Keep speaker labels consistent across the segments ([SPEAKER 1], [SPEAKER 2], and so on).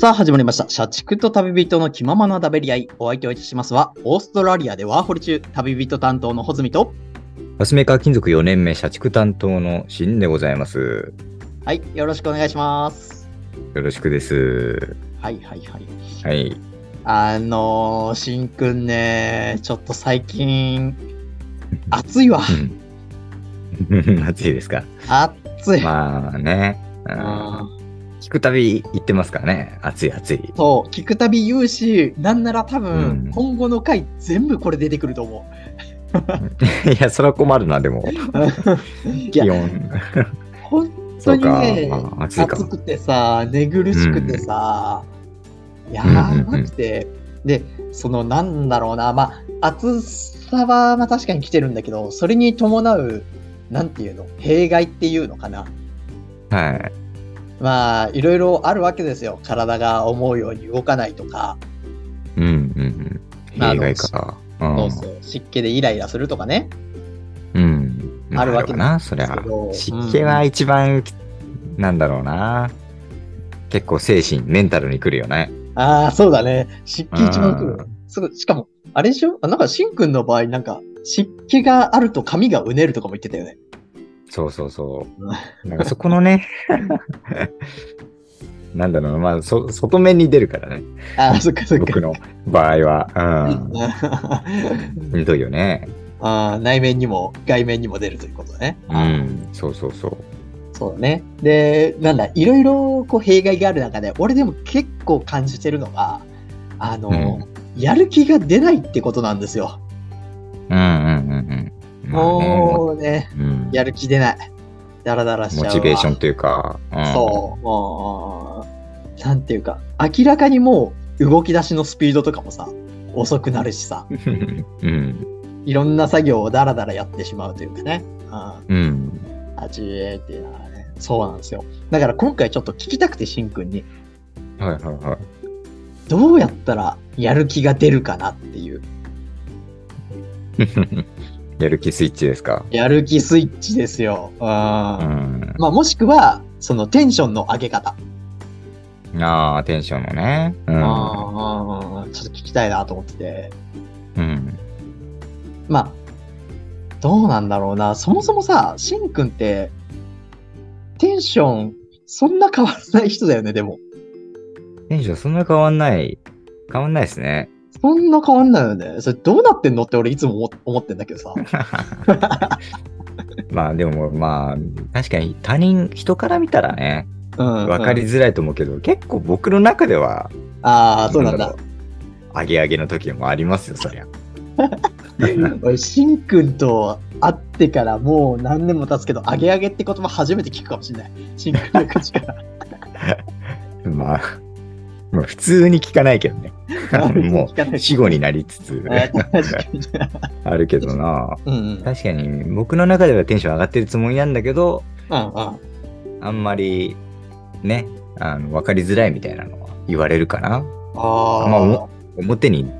[SPEAKER 1] さあ始まりました。社畜と旅人の気ままなだべり合い。お相手をいたしますは、オーストラリアでワーホリ中、旅人担当のホズミと、
[SPEAKER 2] ガスメーカー金属4年目社畜担当のシンでございます。
[SPEAKER 1] はい、よろしくお願いします。
[SPEAKER 2] よろしくです。
[SPEAKER 1] はいはいはい。
[SPEAKER 2] はい。
[SPEAKER 1] あのー、しんくんね、ちょっと最近、暑いわ。
[SPEAKER 2] うん。 暑いですか。
[SPEAKER 1] 暑い。
[SPEAKER 2] まあね。うん
[SPEAKER 1] うん
[SPEAKER 2] 聞くたび言ってますからね。暑い暑い。
[SPEAKER 1] そう、聞くたび言うし、なんなら多分、
[SPEAKER 2] うん
[SPEAKER 1] 今後の回全部これ出てくると思
[SPEAKER 2] いや、それは困るな、でも。
[SPEAKER 1] う。い
[SPEAKER 2] 気
[SPEAKER 1] や、
[SPEAKER 2] 温。
[SPEAKER 1] 本
[SPEAKER 2] そ
[SPEAKER 1] 当
[SPEAKER 2] う
[SPEAKER 1] に
[SPEAKER 2] か。
[SPEAKER 1] ね、
[SPEAKER 2] まあ、暑いか。
[SPEAKER 1] 暑くてさ、寝苦しくてさ、やばくて、で、そのなんだろうな、まあ、暑さはまあ確かに来てるんだけど、それに伴う、なんていうの、弊害っていうのかな。
[SPEAKER 2] は
[SPEAKER 1] まあ、いろいろあるわけですよ。体が思うように動かないとか、
[SPEAKER 2] い。うんうんうん。
[SPEAKER 1] まあ
[SPEAKER 2] 弊害か。
[SPEAKER 1] そううんそう湿気でイライラするとかね。
[SPEAKER 2] うん。ま
[SPEAKER 1] あるわけ
[SPEAKER 2] わ
[SPEAKER 1] な
[SPEAKER 2] な、そりゃ
[SPEAKER 1] け。ど
[SPEAKER 2] 湿気は一番、なんだろうな。結構精神、メンタルに来るよね。
[SPEAKER 1] ああ、そうだね。湿気一番く
[SPEAKER 2] う
[SPEAKER 1] る。すぐ、しかも、あれでしょあなんか、しんくんの場合、なんか、湿気があると髪がうねるとかも言ってたよね。
[SPEAKER 2] そうそう そう。なんかそこのね、なんだろうな、まあ、そ外面に出るからね、
[SPEAKER 1] ああ、そっかそっか。
[SPEAKER 2] 僕の場合は。
[SPEAKER 1] あ
[SPEAKER 2] うん。ひどいよね。
[SPEAKER 1] ー内面にも外面にも出るということね。
[SPEAKER 2] うん。そうそうそう。
[SPEAKER 1] そうだね。で、なんだ、いろいろこう弊害がある中で、俺でも結構感じてるのが、あの、やる気が出ないってことなんですよ。
[SPEAKER 2] うんうんうんうん。まあねも
[SPEAKER 1] もうね、
[SPEAKER 2] うん
[SPEAKER 1] やる気出ない。だらだらしちゃう
[SPEAKER 2] モ
[SPEAKER 1] わ。
[SPEAKER 2] チベーションというか。うん
[SPEAKER 1] そう。もう、なんていうか、明らかにもう動き出しのスピードとかもさ、遅くなるし さ、
[SPEAKER 2] うん。
[SPEAKER 1] いろんな作業をだらだらやってしまうというかね。うん
[SPEAKER 2] うん。
[SPEAKER 1] あちえっていうのはね、そうなんですよ。だから今回ちょっと聞きたくて、しんくんに、
[SPEAKER 2] はいはいはい。
[SPEAKER 1] どうやったらやる気が出るかなっていう。
[SPEAKER 2] やる気スイッチですか。
[SPEAKER 1] やる気スイッチですよ。うん。
[SPEAKER 2] う
[SPEAKER 1] ま
[SPEAKER 2] ん。
[SPEAKER 1] あ、もしくは、そのテンションの上げ方。
[SPEAKER 2] ああ、テンションのね。う。
[SPEAKER 1] うんん。ちょっと聞きたいなと思ってて。
[SPEAKER 2] うん。
[SPEAKER 1] まあ、どうなんだろうな。そもそもさ、しんくんって、テンション、そんな変わらない人だよね、でも。
[SPEAKER 2] テンションそんな変わんない。変わんないですね。
[SPEAKER 1] そんな変わんないよね。それどうなってんのって俺いつも思思ってんだけどさ。
[SPEAKER 2] まあでもまあ確かに他人人から見たらね
[SPEAKER 1] うん。
[SPEAKER 2] 分かり
[SPEAKER 1] うん
[SPEAKER 2] づらいと思うけど、結構僕の中では
[SPEAKER 1] ああ、そうなんだ。
[SPEAKER 2] ろうアゲアゲの時もありますよそりゃ
[SPEAKER 1] 俺、しんくんと会ってからもう何年も経つけど、あげあげって言葉初めて聞くかもしれない。しんくんの口 から。
[SPEAKER 2] まあまあ普通に聞かないけどねも
[SPEAKER 1] 聞かな
[SPEAKER 2] う
[SPEAKER 1] い
[SPEAKER 2] 死後になり つつ
[SPEAKER 1] あ確かに。
[SPEAKER 2] あるけどな
[SPEAKER 1] うんうん。うん
[SPEAKER 2] 確かに僕の中ではテンション上がってるつもりなんだけど
[SPEAKER 1] うん。
[SPEAKER 2] あんまりねあの分かりづらいみたいなのは言われるかな
[SPEAKER 1] あー、
[SPEAKER 2] まあも表に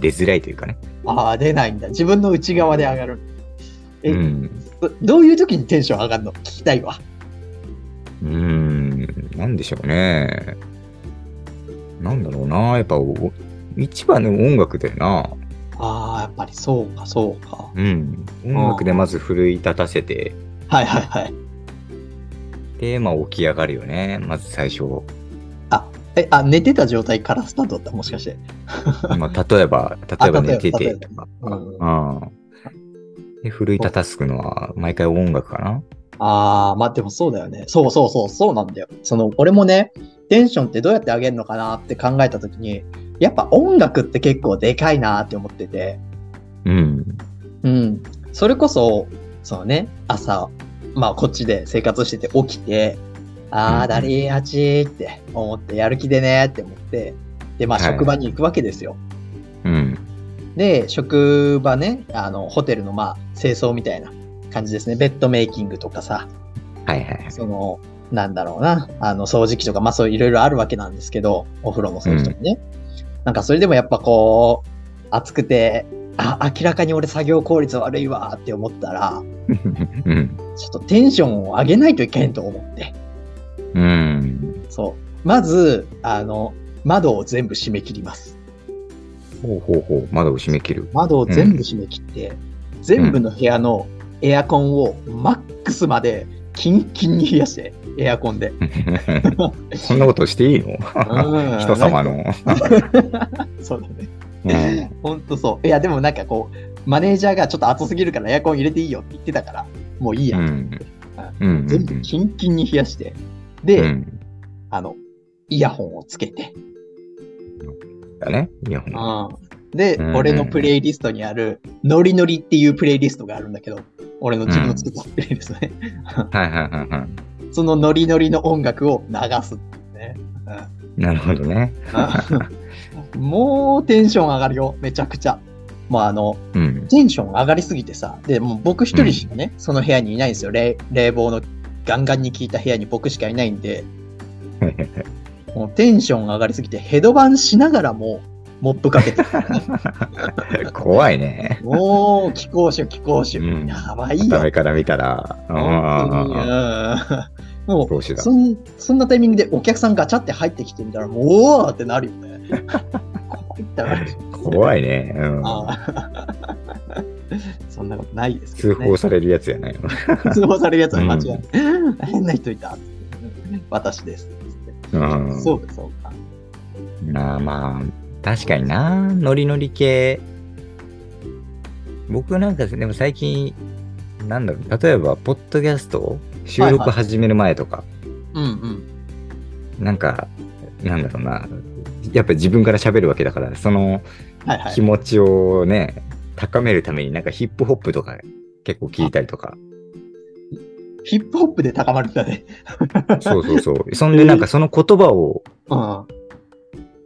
[SPEAKER 2] 出づらいというかね
[SPEAKER 1] あー、出ないんだ。自分の内側で上がる。え
[SPEAKER 2] うん
[SPEAKER 1] どどういう時にテンション上がるの聞きたいわ。
[SPEAKER 2] うーん、なんでしょうね。なんだろうな、やっぱお、一番の音楽だよな。
[SPEAKER 1] ああ、やっぱりそうか、そうか。
[SPEAKER 2] うん。音楽でまず奮い立たせて、
[SPEAKER 1] はいはいはい。
[SPEAKER 2] で、まあ起き上がるよね、まず最初。
[SPEAKER 1] え、あ、寝てた状態からスタートだった、もしかして。
[SPEAKER 2] まあ、例えば、例えば寝て
[SPEAKER 1] 例え
[SPEAKER 2] て
[SPEAKER 1] ば
[SPEAKER 2] とか。
[SPEAKER 1] うん
[SPEAKER 2] うん。で、奮い立たすのは、毎回音楽かな。
[SPEAKER 1] ああ、まあでもそうだよね。そうそうそう、そうなんだよ。その、俺もね、テンションってどうやって上げるのかなって考えたときに、やっぱ音楽って結構でかいなって思ってて、
[SPEAKER 2] うん。
[SPEAKER 1] うん。それこそ、そのね、朝、まあこっちで生活してて起きて、あ
[SPEAKER 2] う
[SPEAKER 1] あ、
[SPEAKER 2] ん
[SPEAKER 1] だりーあちーって思って、やる気でねーって思って、で、まあ
[SPEAKER 2] はい
[SPEAKER 1] 職場に行くわけですよ。
[SPEAKER 2] うん。
[SPEAKER 1] で、職場ね、あの、ホテルのまあ清掃みたいな感じですね。ベッドメイキングとかさ、
[SPEAKER 2] はいはい。
[SPEAKER 1] その、なんだろうな、あの、掃除機とか、まあそういろいろあるわけなんですけど、お風呂の掃除とかね。なんかそれでもやっぱこう、暑くて、あ、明らかに俺作業効率悪いわって思ったら、
[SPEAKER 2] うん。
[SPEAKER 1] ちょっとテンションを上げないといけんと思って、
[SPEAKER 2] うん。
[SPEAKER 1] そう。まず、あの、窓を全部閉め切ります。
[SPEAKER 2] ほうほうほう、窓を閉め切る。
[SPEAKER 1] 窓を全部閉め切って、全部の部屋のエアコンをマックスまでキンキンに冷やして、エアコンで。
[SPEAKER 2] そんなことしていいの
[SPEAKER 1] うん
[SPEAKER 2] 人様の。
[SPEAKER 1] そうだね。
[SPEAKER 2] うん
[SPEAKER 1] ほんとそう。いや、でもなんかこう、マネージャーがちょっと暑すぎるからエアコン入れていいよって言ってたから、もういいや。
[SPEAKER 2] うんうん
[SPEAKER 1] 全部キンキンに冷やして、で、
[SPEAKER 2] うん
[SPEAKER 1] あの、イヤホンをつけて、
[SPEAKER 2] だね。イヤホン
[SPEAKER 1] で、
[SPEAKER 2] うん
[SPEAKER 1] 俺のプレイリストにある、ノリノリっていうプレイリストがあるんだけど、俺の自分の作ったプレイリストね。
[SPEAKER 2] はいはいはいは
[SPEAKER 1] そのノリノリの音楽を流すっていうね。
[SPEAKER 2] い。なるほどね。
[SPEAKER 1] うんもうテンション上がるよ、めちゃくちゃ。もうあの、
[SPEAKER 2] うん。
[SPEAKER 1] テンション上がりすぎてさ、で、もう僕一人しかね、その部屋にいないんですよ。冷冷房のガンガンに効いた部屋に僕しかいないん で、もうテンション上がりすぎて、ヘドバンしながらも、モップかけ て、
[SPEAKER 2] 怖いね。
[SPEAKER 1] もう、気候種、気候種、
[SPEAKER 2] うん
[SPEAKER 1] やばいよ
[SPEAKER 2] 誰から見たら。
[SPEAKER 1] 本当に
[SPEAKER 2] ああ。
[SPEAKER 1] うんも
[SPEAKER 2] ど
[SPEAKER 1] う
[SPEAKER 2] うしだ
[SPEAKER 1] そ。んそんなタイミングでお客さんガチャって入ってきてみたら、もうおーってなるよね。 こういったら
[SPEAKER 2] 怖いね。うん
[SPEAKER 1] あー そんなことないですけ
[SPEAKER 2] 通
[SPEAKER 1] ど、ね。
[SPEAKER 2] 報されるやつやね。
[SPEAKER 1] 通報されるやつは間違いない。変な人いたっつって。私ですっつって。
[SPEAKER 2] うん
[SPEAKER 1] そうか、そうか。
[SPEAKER 2] なあまあ、確かにな、ノリノリ系。僕なんか、でも最近、なんだろう、例えば、ポッドキャスト収
[SPEAKER 1] はい
[SPEAKER 2] 録始める前とか、
[SPEAKER 1] うんうん。
[SPEAKER 2] なんか、なんだろうな、やっぱ自分から喋るわけだから、その
[SPEAKER 1] はいは
[SPEAKER 2] 気
[SPEAKER 1] い。
[SPEAKER 2] 持ちをね、高めるために、なんかヒップホップとか結構聞いたりとか、
[SPEAKER 1] ヒップホップで高まるんだね。
[SPEAKER 2] そうそ うそう。そんで、なんかその言葉を、
[SPEAKER 1] うん。あ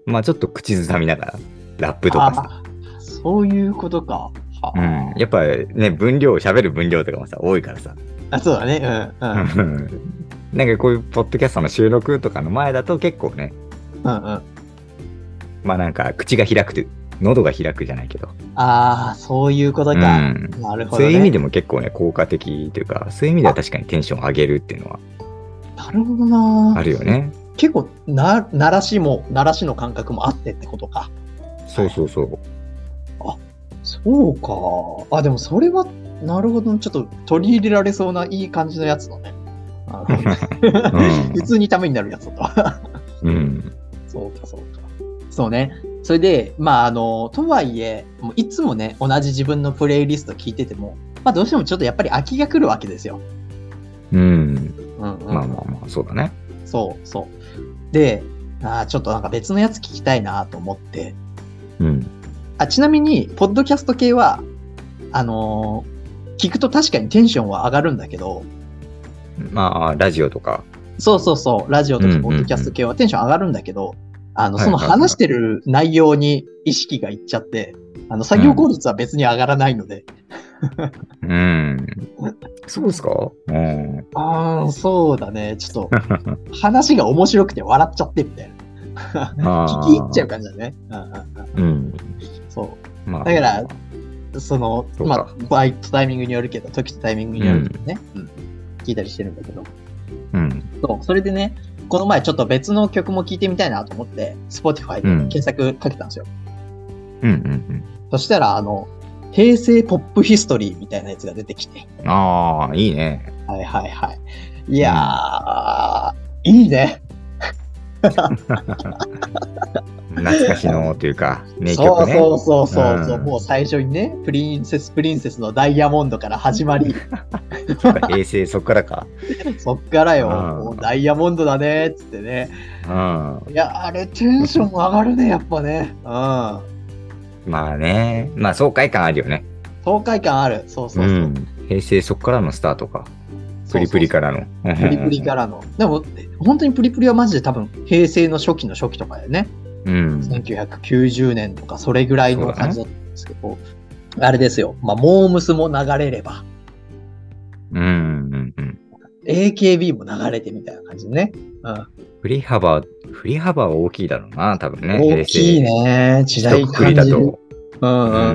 [SPEAKER 2] まあちょっと口ずさみながら、ラップとかさ、
[SPEAKER 1] あー、そういうことか。は
[SPEAKER 2] うん、やっぱね、分量、喋る分量とかもさ、多いからさ、
[SPEAKER 1] あそうだね。うんうん。
[SPEAKER 2] なんかこういうポッドキャストの収録とかの前だと結構ね、
[SPEAKER 1] うんうん。
[SPEAKER 2] まあなんか口が開くという、喉が開くじゃないけど、
[SPEAKER 1] ああ、そういうこと
[SPEAKER 2] う
[SPEAKER 1] か。
[SPEAKER 2] ん、
[SPEAKER 1] なるほ
[SPEAKER 2] そう
[SPEAKER 1] ど、ね。
[SPEAKER 2] いう意味でも結構ね、効果的というか、そういう意味では確かにテンション上げるっていうのは
[SPEAKER 1] なるほどな。
[SPEAKER 2] あるよ。ね。
[SPEAKER 1] 結構な、鳴らしも、鳴らしの感覚もあってってことか。
[SPEAKER 2] そうそうそう。
[SPEAKER 1] そうか。あ、でもそれは、なるほど。ちょっと取り入れられそうないい感じのやつだね。あ の普通にためになるやつだと。
[SPEAKER 2] うん。うん。
[SPEAKER 1] そうか、そうか。そうね。それで、まあ、あの、とはいえ、もういつもね、同じ自分のプレイリスト聞いてても、まあ、どうしてもちょっとやっぱり飽きが来るわけですよ。
[SPEAKER 2] うん。
[SPEAKER 1] うんうん。
[SPEAKER 2] まあまあまあ、そうだね。
[SPEAKER 1] そうそう。で、あーちょっとなんか別のやつ聞きたいなと思って。
[SPEAKER 2] うん。
[SPEAKER 1] あ、ちなみに、ポッドキャスト系は、あのー聞くと確かにテンションは上がるんだけど、
[SPEAKER 2] まあ、ラジオとか。
[SPEAKER 1] そうそうそう、ラジオと
[SPEAKER 2] うんうん
[SPEAKER 1] か
[SPEAKER 2] うん
[SPEAKER 1] ポッドキャスト系はテンション上がるんだけど、あの、
[SPEAKER 2] はい
[SPEAKER 1] その
[SPEAKER 2] はいはい
[SPEAKER 1] 話してる内容に意識がいっちゃって、あの、作業効率は別に上がらないので、
[SPEAKER 2] うん。そうですかうん。
[SPEAKER 1] ああ、そうだね、ちょっと、話が面白くて笑っちゃってみたい な。聞き入っちゃう
[SPEAKER 2] か
[SPEAKER 1] 感じだね。うんうんうん、
[SPEAKER 2] ら。うん。
[SPEAKER 1] そう。
[SPEAKER 2] まあ、
[SPEAKER 1] だから、その、
[SPEAKER 2] そう
[SPEAKER 1] ま
[SPEAKER 2] か
[SPEAKER 1] あ、バイトタイミングによるけど、時とタイミングによるけどね、うん聞いたりしてるんだけど、
[SPEAKER 2] うん。
[SPEAKER 1] そう、それでね、この前ちょっと別の曲も聞いてみたいなと思って、Spotify で検索かけたんですよ。
[SPEAKER 2] うんうん
[SPEAKER 1] そしたら、あの、平成ポップヒストリーみたいなやつが出てきて、
[SPEAKER 2] うん。ああ、いいね。
[SPEAKER 1] はいはいはい。いやー、いいね。
[SPEAKER 2] 懐かしのという か、名曲
[SPEAKER 1] そう
[SPEAKER 2] ね。
[SPEAKER 1] そうそうそうそう、
[SPEAKER 2] うん
[SPEAKER 1] もう最初にね、プリンセスプリンセスのダイヤモンドから始まり、
[SPEAKER 2] 平成そっからか。
[SPEAKER 1] そっからよ、
[SPEAKER 2] うん
[SPEAKER 1] もうダイヤモンドだね、っつってね。
[SPEAKER 2] うん。
[SPEAKER 1] いや、あれ、テンション上がるね、やっぱね。うん。
[SPEAKER 2] まあね、まあ爽快感あるよね。
[SPEAKER 1] 爽快感ある。そうそうそう。
[SPEAKER 2] ん。平成そっからのスタートか。プリプリからの。
[SPEAKER 1] ら。プリプリからの。でも、本当にプリプリはマジで多分、平成の初期の初期とかだよね。
[SPEAKER 2] うん。
[SPEAKER 1] 1990年とか、それぐらいの感じだったんですけど、あれですよ。まあ、モームスも流れれば、
[SPEAKER 2] うん。うん。うん。
[SPEAKER 1] AKB も流れてみたいな感じでね。うん。
[SPEAKER 2] 振り幅、振り幅は大きいだろうな、多分ね。
[SPEAKER 1] 大きい
[SPEAKER 2] 平成。
[SPEAKER 1] ね。時代
[SPEAKER 2] 一括
[SPEAKER 1] 感
[SPEAKER 2] りだ
[SPEAKER 1] じる。
[SPEAKER 2] と。
[SPEAKER 1] うんうんうんう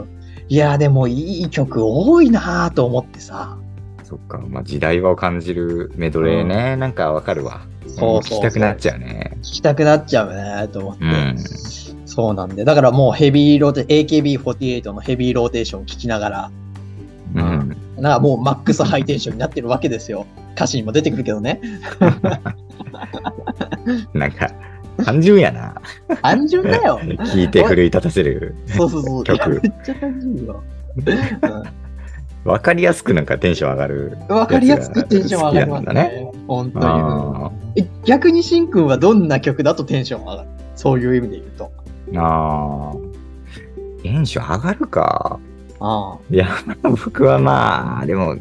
[SPEAKER 1] ん。いや、でもいい曲多いなぁと思ってさ。
[SPEAKER 2] そっか、まあ時代を感じるメドレーね。なんかわかるわ。
[SPEAKER 1] そうそうそう
[SPEAKER 2] 聞きたくなっちゃうね。
[SPEAKER 1] 聞きたくなっちゃうね、と思って。
[SPEAKER 2] うん
[SPEAKER 1] そうなんで。だからもうヘビーローテ、AKB48 のヘビーローテーションを聞きながら、
[SPEAKER 2] うん。
[SPEAKER 1] なんかもうマックスハイテンションになってるわけですよ。歌詞にも出てくるけどね。
[SPEAKER 2] なんか、単純やな。
[SPEAKER 1] 単純だ よ。
[SPEAKER 2] 聞いて奮い立たせる。
[SPEAKER 1] そうそうそう。いや
[SPEAKER 2] 曲
[SPEAKER 1] めっちゃ単純よ。
[SPEAKER 2] わかりやすくなんかテンション上がる。
[SPEAKER 1] うんわ、かりやすくテンション上がります
[SPEAKER 2] 好きなんだ
[SPEAKER 1] ね。本当に。
[SPEAKER 2] あ
[SPEAKER 1] え逆にしんくんはどんな曲だとテンション上がるそういう意味で言うと。
[SPEAKER 2] ーあー。テンション上がるか。
[SPEAKER 1] あ
[SPEAKER 2] いや、僕はまあ、でも、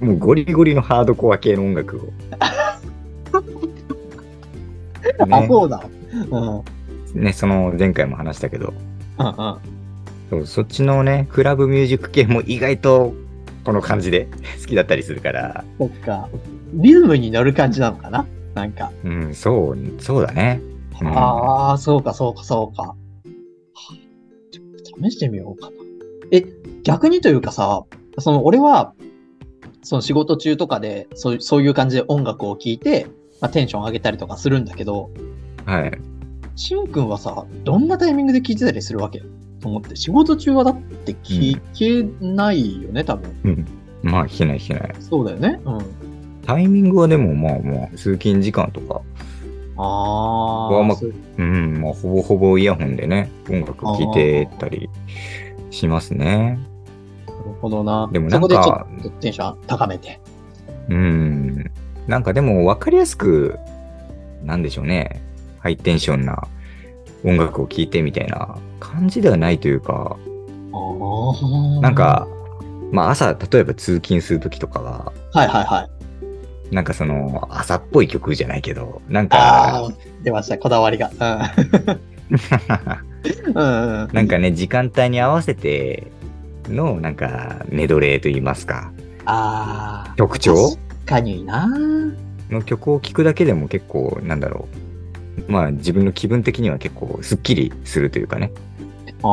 [SPEAKER 2] もうゴリゴリのハードコア系の音楽を。
[SPEAKER 1] あ、あ
[SPEAKER 2] ね
[SPEAKER 1] そうだ。うん。うん
[SPEAKER 2] ね、その前回も話したけど、
[SPEAKER 1] うん。
[SPEAKER 2] そうそっちのね、クラブミュージック系も意外とこの感じで 好きだったりするから、
[SPEAKER 1] そっか。リズムに乗る感じなのかななんか。
[SPEAKER 2] うん、そう、そうだね。うん
[SPEAKER 1] ああ、そうか、そうか、そうか。はあちょっと試してみようかな。え、逆にというかさ、その俺は、その仕事中とかでそう、そういう感じで音楽を聴いて、まあ、テンション上げたりとかするんだけど、
[SPEAKER 2] はい。
[SPEAKER 1] しゅんくんはさ、どんなタイミングで聴いてたりするわけと思って、仕事中はだって聴けないよね、多分。
[SPEAKER 2] まあ、弾けない弾けない。
[SPEAKER 1] そうだよね。うん。
[SPEAKER 2] タイミングはでもまあまあ、通勤時間とか、
[SPEAKER 1] あ
[SPEAKER 2] うわま
[SPEAKER 1] あ
[SPEAKER 2] あ、うん、まあ、ほぼほぼイヤホンでね、音楽聴いてたりしますね。
[SPEAKER 1] なるほどな。
[SPEAKER 2] でもなんか
[SPEAKER 1] そこでちょっとテンション高めて。
[SPEAKER 2] うん。なんかでも分かりやすく、なんでしょうね。ハイテンションな音楽を聴いてみたいな感じではないというか、
[SPEAKER 1] ああ。
[SPEAKER 2] なん、か、まあ朝、例えば通勤するときとかは、
[SPEAKER 1] はいはいはい。
[SPEAKER 2] なんかその朝っぽい曲じゃないけど、なん
[SPEAKER 1] あ
[SPEAKER 2] か、
[SPEAKER 1] あ、出ました、こだわりが。うん。うんうん。
[SPEAKER 2] なんかね、時間帯に合わせての、なんかメドレーと言いますか、
[SPEAKER 1] ああ。
[SPEAKER 2] 曲調
[SPEAKER 1] 確かにな。
[SPEAKER 2] の曲を聴くだけでも結構、なんだろう。まあ自分の気分的には結構すっきりするというかね。
[SPEAKER 1] あ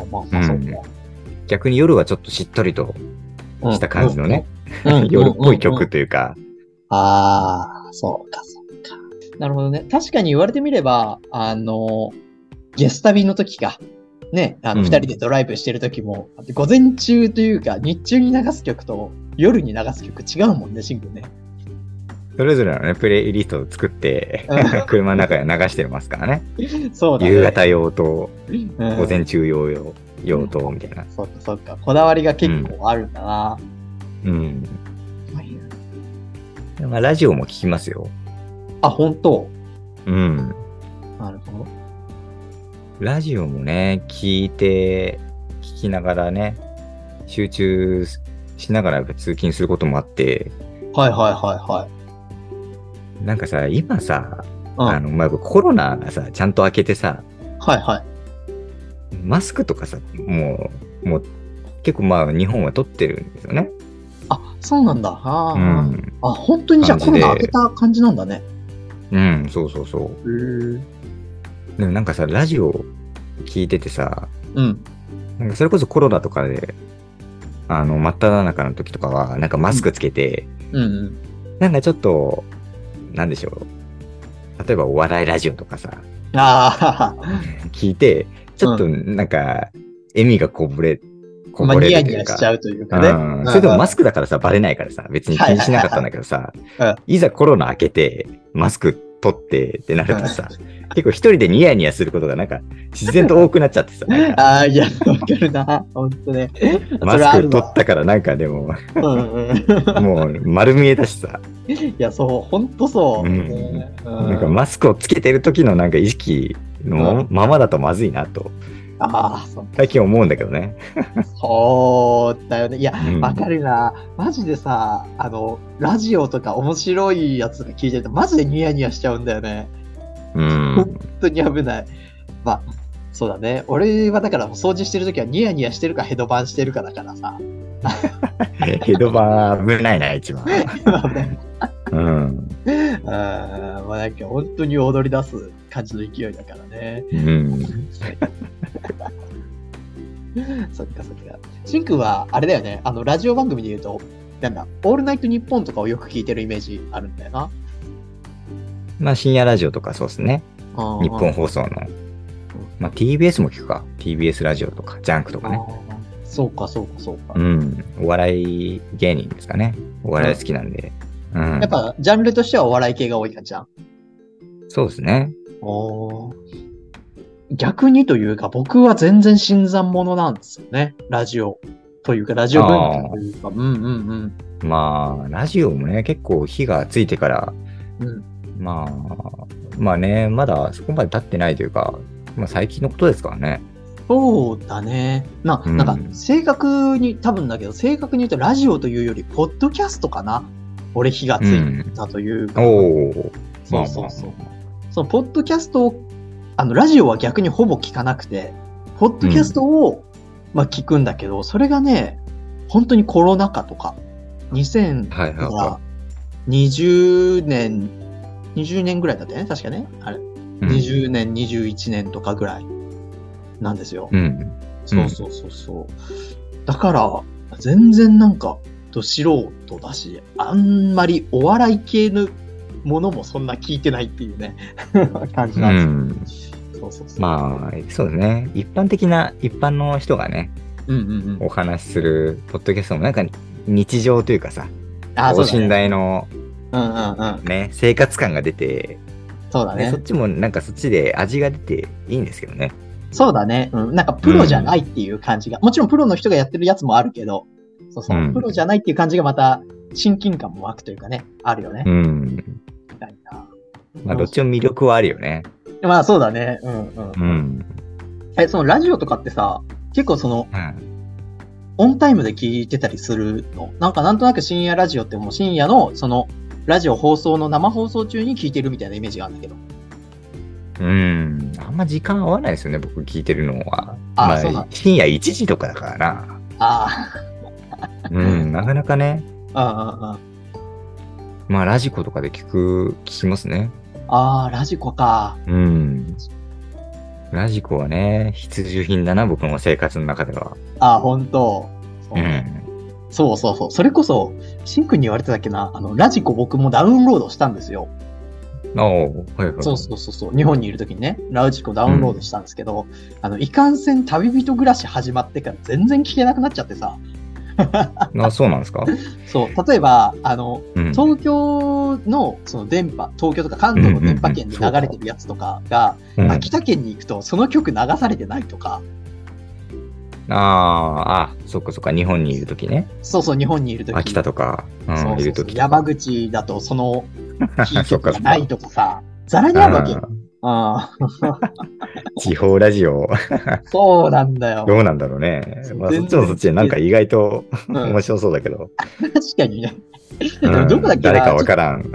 [SPEAKER 1] あ、まあまあ、そう
[SPEAKER 2] うん逆に夜はちょっとしっとりと
[SPEAKER 1] か。
[SPEAKER 2] した感じのね、
[SPEAKER 1] うん。うん
[SPEAKER 2] 夜っ
[SPEAKER 1] う
[SPEAKER 2] ぽい。
[SPEAKER 1] んうんう
[SPEAKER 2] 曲
[SPEAKER 1] ん
[SPEAKER 2] というか、
[SPEAKER 1] ああ、そうか、そうか。なるほどね。確かに言われてみれば、あの、ゲスタビの時か。ね、あの、
[SPEAKER 2] うん
[SPEAKER 1] 二人でドライブしてる時も、午前中というか、日中に流す曲と夜に流す曲違うもんね、シンくんね。
[SPEAKER 2] それぞれのね、プレイリストを作って
[SPEAKER 1] う、
[SPEAKER 2] 車の中で流してますからね。
[SPEAKER 1] そうだね。
[SPEAKER 2] 夕方用と、
[SPEAKER 1] うん
[SPEAKER 2] 午前中用用用と、みたいな。
[SPEAKER 1] そっかそっか。こだわりが結構あるんだな。
[SPEAKER 2] うん。まあ、ラジオも聞きますよ。
[SPEAKER 1] あ、本当
[SPEAKER 2] うん。
[SPEAKER 1] なるほど。
[SPEAKER 2] ラジオもね、聞いて、聞きながらね、集中しながら通勤することもあって、
[SPEAKER 1] はいはいは
[SPEAKER 2] なんかさ、今さ、
[SPEAKER 1] いはい。
[SPEAKER 2] あ
[SPEAKER 1] うん。
[SPEAKER 2] の、まあ、コロナがさ、ちゃんと明けてさ、
[SPEAKER 1] はいはい。
[SPEAKER 2] マスクとかさ、もう、もう、結構まあ、日本は取ってるんですよね。
[SPEAKER 1] あ、そうなんだ。あ,、
[SPEAKER 2] う
[SPEAKER 1] ー
[SPEAKER 2] ん。
[SPEAKER 1] あ、本当にじゃあコ
[SPEAKER 2] 感
[SPEAKER 1] ロ
[SPEAKER 2] じで
[SPEAKER 1] ナ開けた感じなんだね。
[SPEAKER 2] うん、そうそうそう。
[SPEAKER 1] うん。
[SPEAKER 2] でもなんかさ、ラジオ聞いててさ、
[SPEAKER 1] うん。
[SPEAKER 2] なんかそれこそコロナとかで、あの、真っ只中の時とかは、なんかマスクつけて、
[SPEAKER 1] うん。
[SPEAKER 2] なんかちょっと、なんでしょう。例えばお笑いラジオとかさ、
[SPEAKER 1] ああ、
[SPEAKER 2] 聞いて、ちょっとなんか、笑みがこぼれ、 こ
[SPEAKER 1] まあ、
[SPEAKER 2] ぼれ
[SPEAKER 1] ニヤ
[SPEAKER 2] ると
[SPEAKER 1] ニ
[SPEAKER 2] いう
[SPEAKER 1] ヤし
[SPEAKER 2] か。
[SPEAKER 1] ちゃうというかね。
[SPEAKER 2] うんそれでもマスクだからさ、バレないからさ、別に気にしなかったんだけどさ
[SPEAKER 1] いはいはい、
[SPEAKER 2] いざコロナ明けて、マスク取ってってなるとさ、結構一人でニヤニヤすることがなんか自然と多くなっちゃってさ、なんか
[SPEAKER 1] ああ、いや、わかるな。本当ね。
[SPEAKER 2] マスク取ったからなんかで も、
[SPEAKER 1] た。うんうん。
[SPEAKER 2] もう丸見えだしさ、
[SPEAKER 1] いや、そう、本当そう。
[SPEAKER 2] うん
[SPEAKER 1] ね
[SPEAKER 2] なんかマスクをつけてる時のなんか意識のままだとまずいなと、
[SPEAKER 1] ああ、そう
[SPEAKER 2] 最近思うんだけどね。
[SPEAKER 1] そうだよね。いや、
[SPEAKER 2] うん
[SPEAKER 1] わかるな。マジでさ、あの、ラジオとか面白いやつとか聞いてると、マジでニヤニヤしちゃうんだよね。
[SPEAKER 2] うん。
[SPEAKER 1] 本当に危ない。まあ、そうだね。俺はだから、掃除してるときはニヤニヤしてるかヘドバンしてるかだからさ。
[SPEAKER 2] ヘドバー 危ないな、一番。うん。
[SPEAKER 1] うん、まあなんか本当に踊り出す感じの勢いだからね。
[SPEAKER 2] うん。
[SPEAKER 1] そっかそっか。しんくんは、あれだよね。あの、ラジオ番組で言うと、なんだ、オールナイトニッポンとかをよく聞いてるイメージあるんだよな。
[SPEAKER 2] まあ深夜ラジオとかそうですね。
[SPEAKER 1] あー
[SPEAKER 2] 日本放送の。まあ TBS も聞くか。TBS ラジオとか、ジャンクとかね。
[SPEAKER 1] あーそうか、そうか、そうか。
[SPEAKER 2] うん。お笑い芸人ですかね。お笑い好きなんで。うん。
[SPEAKER 1] やっぱ、ジャンルとしてはお笑い系が多い感じじゃん。
[SPEAKER 2] そうですね。
[SPEAKER 1] おー逆にというか、僕は全然新参者なんですよね。ラジオ。というか、ラジオ文化というか、うんうん
[SPEAKER 2] まあ、ラジオもね、結構火がついてから、
[SPEAKER 1] うん。うん、
[SPEAKER 2] まあ、まあね、まだそこまで経ってないというか、まあ最近のことですからね。
[SPEAKER 1] そうだね。な、
[SPEAKER 2] うん
[SPEAKER 1] なんか、正確に、多分だけど、正確に言うと、ラジオというより、ポッドキャストかな俺、火がついたというか。
[SPEAKER 2] おお。
[SPEAKER 1] そうそうそう。そのポッドキャストを、あの、ラジオは逆にほぼ聞かなくて、ポッドキャストを、まあ聞くんだけど、それがね、本当にコロナ禍とか、2000
[SPEAKER 2] はいはいは
[SPEAKER 1] 20年、20年ぐらいだったよね、確かね。あれ、
[SPEAKER 2] い。うん
[SPEAKER 1] 20年、21年とかぐらいなんですよ。
[SPEAKER 2] うん。
[SPEAKER 1] そうそうそうそう。だから、全然なんか、ど素人だし、あんまりお笑い系のものもそんな聞いてないっていうね、 感じ
[SPEAKER 2] う
[SPEAKER 1] なん
[SPEAKER 2] ん。
[SPEAKER 1] ですよ。そうそうそう。
[SPEAKER 2] まあ、そうですね。一般的な、一般の人がね、
[SPEAKER 1] うんうんうん。
[SPEAKER 2] お話しするポッドキャストもなんか日常というかさ、
[SPEAKER 1] あ、そ
[SPEAKER 2] 等
[SPEAKER 1] うだ
[SPEAKER 2] 身
[SPEAKER 1] ね。
[SPEAKER 2] 大の
[SPEAKER 1] うんうんうん。
[SPEAKER 2] ね、生活感が出て、
[SPEAKER 1] そうだ
[SPEAKER 2] ね、
[SPEAKER 1] ね
[SPEAKER 2] そっ。ちもなんかそっちで味が出ていいんですけどね。
[SPEAKER 1] そうだね。うん。なんかプロじゃないっていう感じが、もちろんプロの人がやってるやつもあるけど、そうそう。
[SPEAKER 2] うん
[SPEAKER 1] プロじゃないっていう感じがまた、親近感も湧くというかね、あるよね。
[SPEAKER 2] うん。
[SPEAKER 1] みたいな。
[SPEAKER 2] まあ、どっちも魅力はあるよね。
[SPEAKER 1] まあそうだね。うんうん。
[SPEAKER 2] うん。
[SPEAKER 1] え、そのラジオとかってさ、結構その、
[SPEAKER 2] うん
[SPEAKER 1] オンタイムで聞いてたりするのなんかなんとなく深夜ラジオってもう深夜のそのラジオ放送の生放送中に聞いてるみたいなイメージがあるんだけど。
[SPEAKER 2] うん。あんま時間合わないですよね、僕聞いてるのは。
[SPEAKER 1] あ
[SPEAKER 2] ま
[SPEAKER 1] そうな
[SPEAKER 2] あ
[SPEAKER 1] ん、
[SPEAKER 2] 深夜1時とかだからな。
[SPEAKER 1] あ
[SPEAKER 2] うん、なかなかね。
[SPEAKER 1] あ、ああ、
[SPEAKER 2] まあ、ラジコとかで聞く、聞きますね。
[SPEAKER 1] ああ、ラジコか。
[SPEAKER 2] うん。ラジコはね、必需品だな、僕の生活の中では。
[SPEAKER 1] ああ、本当そう
[SPEAKER 2] う
[SPEAKER 1] ね
[SPEAKER 2] ん。
[SPEAKER 1] そうそうそう。それこそ、しんくんに言われてたっけな、あの、ラジコ僕もダウンロードしたんですよ。
[SPEAKER 2] おうはいはい。
[SPEAKER 1] そうそうそうそう。日本にいる時にね、ラジコダウンロードしたんですけど、あの、いかんせん旅人暮らし始まってから全然聞けなくなっちゃってさ。
[SPEAKER 2] あ、そうなんですか
[SPEAKER 1] そう、例えば、あの、
[SPEAKER 2] うん。
[SPEAKER 1] 東京のその電波、東京とか関東の電波圏で流れてるやつとかが、
[SPEAKER 2] うん
[SPEAKER 1] 秋田県に行くとその曲流されてないとか、
[SPEAKER 2] ああ、あ、そっかそっか、日本にいるときね。
[SPEAKER 1] そうそう、日本にいるとき、
[SPEAKER 2] 秋田とか、うん
[SPEAKER 1] そう
[SPEAKER 2] い
[SPEAKER 1] そう
[SPEAKER 2] る
[SPEAKER 1] そ
[SPEAKER 2] と
[SPEAKER 1] う
[SPEAKER 2] き。
[SPEAKER 1] 山口だとそのキー
[SPEAKER 2] そっ
[SPEAKER 1] 曲
[SPEAKER 2] か
[SPEAKER 1] が
[SPEAKER 2] そっ
[SPEAKER 1] な
[SPEAKER 2] か
[SPEAKER 1] いとかさ、ざらにあるわけよ。
[SPEAKER 2] うん
[SPEAKER 1] う
[SPEAKER 2] 地方ラジオ、
[SPEAKER 1] ん、そうなんだよ。
[SPEAKER 2] どうなんだろうね
[SPEAKER 1] そ。う
[SPEAKER 2] まあ、
[SPEAKER 1] 全
[SPEAKER 2] そ
[SPEAKER 1] 然
[SPEAKER 2] っちもそっちで、なんか意外と
[SPEAKER 1] うん
[SPEAKER 2] 面白そうだけど。
[SPEAKER 1] 確かにね。
[SPEAKER 2] う
[SPEAKER 1] でも
[SPEAKER 2] ん
[SPEAKER 1] どこだっけな
[SPEAKER 2] 誰かわからん。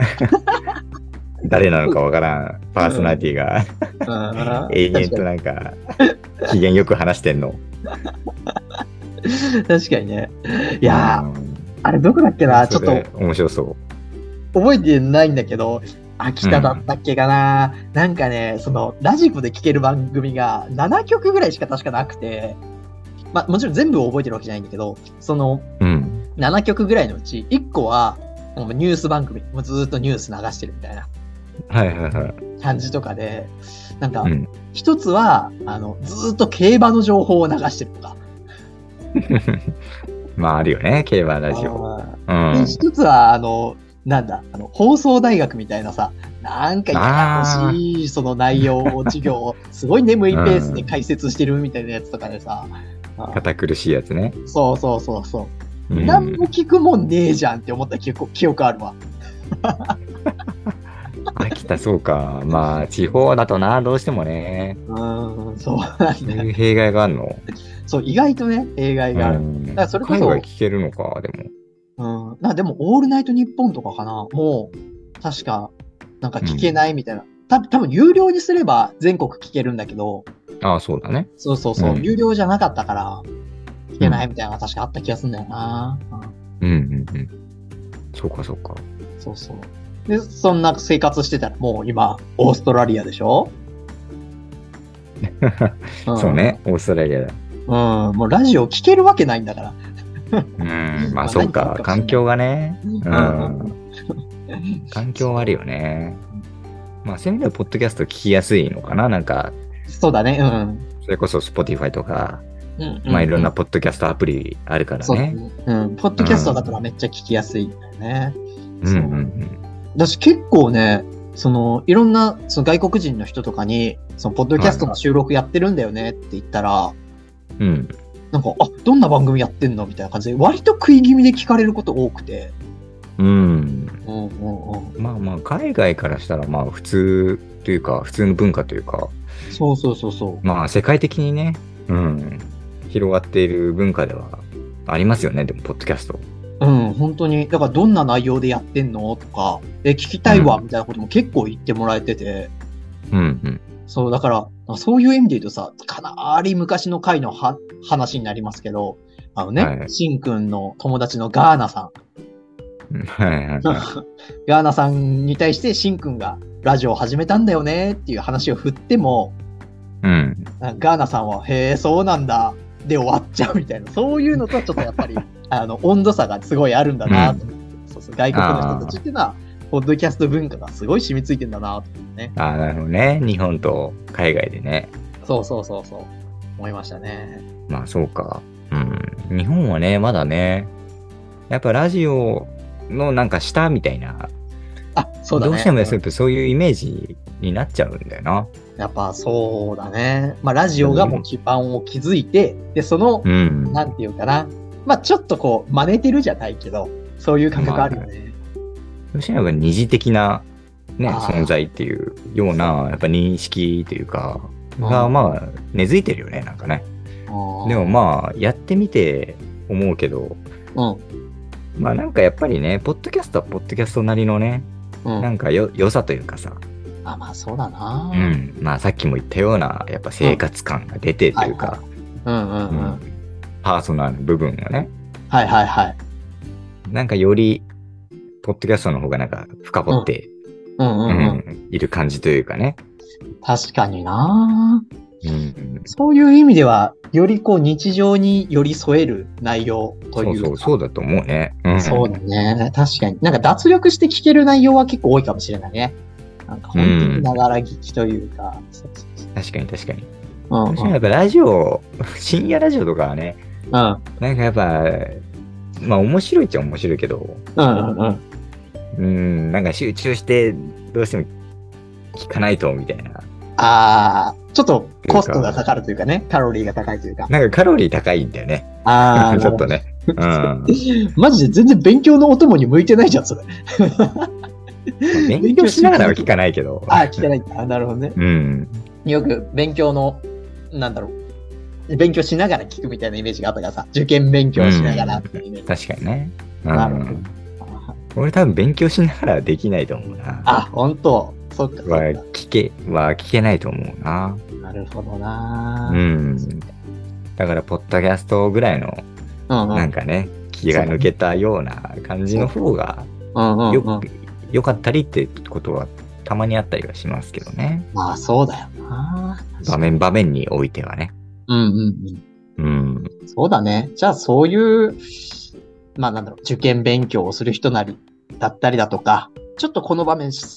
[SPEAKER 2] 誰なのかわからん。パーソナリティが
[SPEAKER 1] うん
[SPEAKER 2] 永遠となんか、機嫌よく話してんの。
[SPEAKER 1] 確かに確かにね。いや
[SPEAKER 2] うん
[SPEAKER 1] ー、あれどこだっけな、ちょ
[SPEAKER 2] そ
[SPEAKER 1] っと
[SPEAKER 2] れ面白そう。
[SPEAKER 1] 覚えてないんだけど、秋田だったっけかな、なんかね、その、ラジコで聴ける番組が7曲ぐらいしか確かなくて、まあ、もちろん全部を覚えてるわけじゃないんだけど、その
[SPEAKER 2] うん。
[SPEAKER 1] 7曲ぐらいのうち、1個は、なんかニュース番組、もうずーっとニュース流してるみたいな
[SPEAKER 2] はいはいはい。
[SPEAKER 1] 感じとかで、なんか
[SPEAKER 2] う、ん。
[SPEAKER 1] 一つは、あの、ずーっと競馬の情報を流してるとか、
[SPEAKER 2] まあ、あるよね、競馬ラジオ。うん。
[SPEAKER 1] で一つは、あの、なんだ、あの、放送大学みたいなさ、なんかややこしい、その内容を、授業を、すごい眠いペースで解説してるみたいなやつとかでさ、あ
[SPEAKER 2] 堅苦しいやつね。
[SPEAKER 1] そうそうそうそうう。
[SPEAKER 2] ん
[SPEAKER 1] なんも聞くもんねえじゃんって思った記憶記憶あるわ。
[SPEAKER 2] 秋田、そうか。まあ、地方だとな、どうしても ね、
[SPEAKER 1] うーん、そうなん
[SPEAKER 2] そう
[SPEAKER 1] だ。
[SPEAKER 2] いう弊害があるの。
[SPEAKER 1] そう、意外とね、弊害があ
[SPEAKER 2] う
[SPEAKER 1] る。
[SPEAKER 2] ん
[SPEAKER 1] からそれこそ
[SPEAKER 2] 海外聞けるのか、でも。
[SPEAKER 1] うん。なんかでも、オールナイトニッポンとかかな、もう、確か、なんか聞けないみたいな。た多分有料にすれば全国聞けるんだけど、
[SPEAKER 2] ああ、そうだね。
[SPEAKER 1] そうそうそう、
[SPEAKER 2] うん
[SPEAKER 1] 有料じゃなかったから、聞けないみたいなのが確かあった気がするんだよな。うん
[SPEAKER 2] うんうんうん。そうか、そうか。
[SPEAKER 1] そうそう。で、そんな生活してたら、もう今、オーストラリアでしょ、ん
[SPEAKER 2] そう。ね、オーストラリアだ。
[SPEAKER 1] うん、もうラジオ聞けるわけないんだから。
[SPEAKER 2] うん、
[SPEAKER 1] ま
[SPEAKER 2] ま
[SPEAKER 1] あ
[SPEAKER 2] あ、そう
[SPEAKER 1] 何かあ
[SPEAKER 2] か
[SPEAKER 1] る、かもしれない
[SPEAKER 2] 環境がね。
[SPEAKER 1] う
[SPEAKER 2] うんん。環境はあるよね。まあ、そういう意味では、ポッドキャスト聞きやすいのかななんか、
[SPEAKER 1] そうだね、うん。
[SPEAKER 2] それこそ Spotify とか、
[SPEAKER 1] うん
[SPEAKER 2] まあ、いろんなポッドキャストアプリあるから
[SPEAKER 1] そうだ
[SPEAKER 2] ね。
[SPEAKER 1] ね。うん。ポッドキャストだからめっちゃ聞きやすいんだよね。
[SPEAKER 2] う
[SPEAKER 1] そう
[SPEAKER 2] んうんうん。
[SPEAKER 1] だし結構ね、そのいろんなその外国人の人とかに、そのポッドキャストの収録やってるんだよねって言ったら、
[SPEAKER 2] うん。
[SPEAKER 1] なんか、あどんな番組やってんのみたいな感じで、割と食い気味で聞かれること多くて。
[SPEAKER 2] うん。
[SPEAKER 1] うんうんうん。
[SPEAKER 2] まあまあ、海外からしたら、まあ、普通というか、普通の文化というか、
[SPEAKER 1] そうそうそうそう。
[SPEAKER 2] まあ、世界的にね、うん、広がっている文化ではありますよね、でも、ポッドキャスト。
[SPEAKER 1] うん、本当に。だから、どんな内容でやってんのとか、え、聞きたいわ、
[SPEAKER 2] うん
[SPEAKER 1] みたいなことも結構言ってもらえてて。
[SPEAKER 2] うんうん。
[SPEAKER 1] そう、だから、そういう意味で言うとさ、かなり昔の回のは話になりますけど、あのね、
[SPEAKER 2] はい
[SPEAKER 1] しんくんの友達のガーナさ
[SPEAKER 2] うんはいはい
[SPEAKER 1] ん。
[SPEAKER 2] は
[SPEAKER 1] ガーナさんに対してしんくんがラジオを始めたんだよねっていう話を振っても、
[SPEAKER 2] い。うん。
[SPEAKER 1] あガーナさんは、へえ、そうなんだ、で終わっちゃうみたいな、そういうのとちょっとやっ ぱり、あの、温度差がすごいあるんだなと思って、そうそう外国の人たちっていうのは、ポッドキャスト文化がすごい染みついてんだなと思ってね。
[SPEAKER 2] ああ、なるほどね。日本と海外でね。
[SPEAKER 1] そうそうそうそう、思いましたね。
[SPEAKER 2] まあ、そうか。うん。日本はね、まだね、やっぱラジオのなんか下みたいな、
[SPEAKER 1] あ、そうだね。
[SPEAKER 2] どうしてもやっぱそういうイメージになっちゃうんだよな。
[SPEAKER 1] やっぱそうだね。まあ、ラジオがもう基盤を築いて、で、その
[SPEAKER 2] う、ん。
[SPEAKER 1] なんていうかな、まあ、ちょっとこう、真似てるじゃないけど、そういう感覚あるよね。
[SPEAKER 2] どうしてもやっぱ二次的な、ね、
[SPEAKER 1] あー
[SPEAKER 2] 存在っていうような、やっぱ認識というか、
[SPEAKER 1] う
[SPEAKER 2] が
[SPEAKER 1] ん
[SPEAKER 2] まあ根付いてるよね、なんかね。
[SPEAKER 1] あー
[SPEAKER 2] でもまあやってみて思うけど、まあなんかやっぱりね、ポッドキャストはポッドキャストなりのね、
[SPEAKER 1] うん。う。
[SPEAKER 2] なんんかよ良さというかさ、
[SPEAKER 1] あ、まあ、そうだな。
[SPEAKER 2] う。ん、まあさっきも言ったような、やっぱ生活感が出てというか、
[SPEAKER 1] うんうんう
[SPEAKER 2] うん
[SPEAKER 1] ん。
[SPEAKER 2] パーソナルな部分がね、
[SPEAKER 1] はいはいはい。
[SPEAKER 2] なんかより、ポッドキャストの方がなんか深掘って、
[SPEAKER 1] うんう
[SPEAKER 2] うん
[SPEAKER 1] うん。
[SPEAKER 2] んいる感じというかね。
[SPEAKER 1] 確かにな。
[SPEAKER 2] うん
[SPEAKER 1] そういう意味では、よりこう、日常に寄り添える内容と
[SPEAKER 2] そ
[SPEAKER 1] いううか。
[SPEAKER 2] そう、そうだと思うね。うん、
[SPEAKER 1] そうだね。確かに。なんか脱力して聞ける内容は結構多いかもしれないね。なんか本当にながら聞きというか。そうそうそう
[SPEAKER 2] 確かに確かに。
[SPEAKER 1] うん
[SPEAKER 2] 確
[SPEAKER 1] う
[SPEAKER 2] かに
[SPEAKER 1] ん
[SPEAKER 2] やっぱラジオ、 深夜ラジオとかはね、
[SPEAKER 1] うん
[SPEAKER 2] なんかやっぱ、まあ面白いっちゃ面白いけど、
[SPEAKER 1] うんうん
[SPEAKER 2] うん、なんか集中して、どうしても聞かないと、みたいな。
[SPEAKER 1] あーちょっとコストがかかるというかね、カロリーが高いというか。
[SPEAKER 2] なんかカロリー高いんだよね。
[SPEAKER 1] あ あ
[SPEAKER 2] ちょっとね。 うん。
[SPEAKER 1] マジで全然勉強のお供に向いてないじゃん、それ。
[SPEAKER 2] 勉強しながらは聞かないけど。
[SPEAKER 1] ああ、聞けないんだ。なるほどね。
[SPEAKER 2] うん。
[SPEAKER 1] よく勉強の、なんだろう。勉強しながら聞くみたいなイメージがあったからさ、受験勉強しながらっていうイメージ。
[SPEAKER 2] 確かにね。う
[SPEAKER 1] なるほど
[SPEAKER 2] ん。俺多分勉強しながらはできないと思うな。
[SPEAKER 1] あ、本当そっかそっ
[SPEAKER 2] は
[SPEAKER 1] か。
[SPEAKER 2] 聞け、は聞けないと思うな。
[SPEAKER 1] なるほどな
[SPEAKER 2] う
[SPEAKER 1] ー。
[SPEAKER 2] ん。だから、ポッドキャストぐらいの
[SPEAKER 1] うんうん
[SPEAKER 2] なんかね、気が抜けたような感じの方が
[SPEAKER 1] うんうんうん
[SPEAKER 2] よく、良かったりってことはたまにあったりはしますけどね。
[SPEAKER 1] まあそうだよな。
[SPEAKER 2] 場面場面においてはね。
[SPEAKER 1] うんうんうん。
[SPEAKER 2] うん。
[SPEAKER 1] そうだね。じゃあそういう、まあなんだろう、受験勉強をする人なり、だったりだとか、ちょっとこの場面し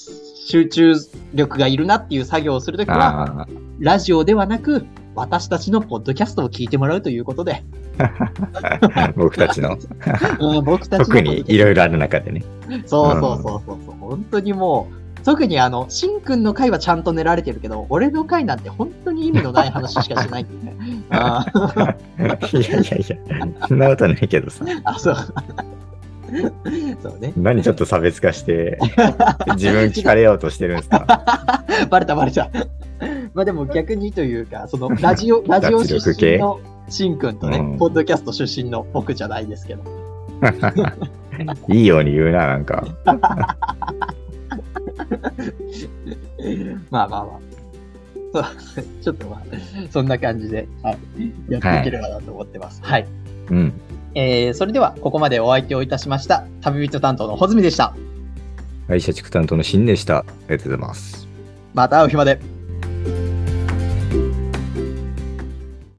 [SPEAKER 1] 集中力がいるなっていう作業をするときは、
[SPEAKER 2] ああ、
[SPEAKER 1] ラジオではなく、私たちのポッドキャストを聞いてもらうということで、
[SPEAKER 2] 僕た ちの、
[SPEAKER 1] うん僕たちの
[SPEAKER 2] 特にい
[SPEAKER 1] ろ
[SPEAKER 2] ろいろある中 でね。
[SPEAKER 1] そうそうそうそうそう、本当にもう、特にあの、しんくんの回はちゃんと練られてるけど、俺の回なんて本当に意味のない話しかしないんでね。 あー
[SPEAKER 2] いやいやいや、そんなことないけどさ。
[SPEAKER 1] あ、そう。そうね。
[SPEAKER 2] 何ちょっと差別化 して、自分聞かれようとしてるんですか
[SPEAKER 1] バレたバレた。まあでも逆にというか、そのラジオ、ラジオ出
[SPEAKER 2] 脱力
[SPEAKER 1] 身
[SPEAKER 2] 系
[SPEAKER 1] のしんくんとね、
[SPEAKER 2] うん
[SPEAKER 1] ポッドキャスト出身の僕じゃないですけど。
[SPEAKER 2] いいように言うな、なんか。
[SPEAKER 1] まあまあまあ。そう、 ちょっとまあ、そんな感じで、はい、やっていければなと思ってます。はい。
[SPEAKER 2] うん。
[SPEAKER 1] えーそれではここまでお相手をいたしました。旅人担当の穂積でした。
[SPEAKER 2] 会社畜担当のシンでした。ありがとうございます。
[SPEAKER 1] また会う日まで。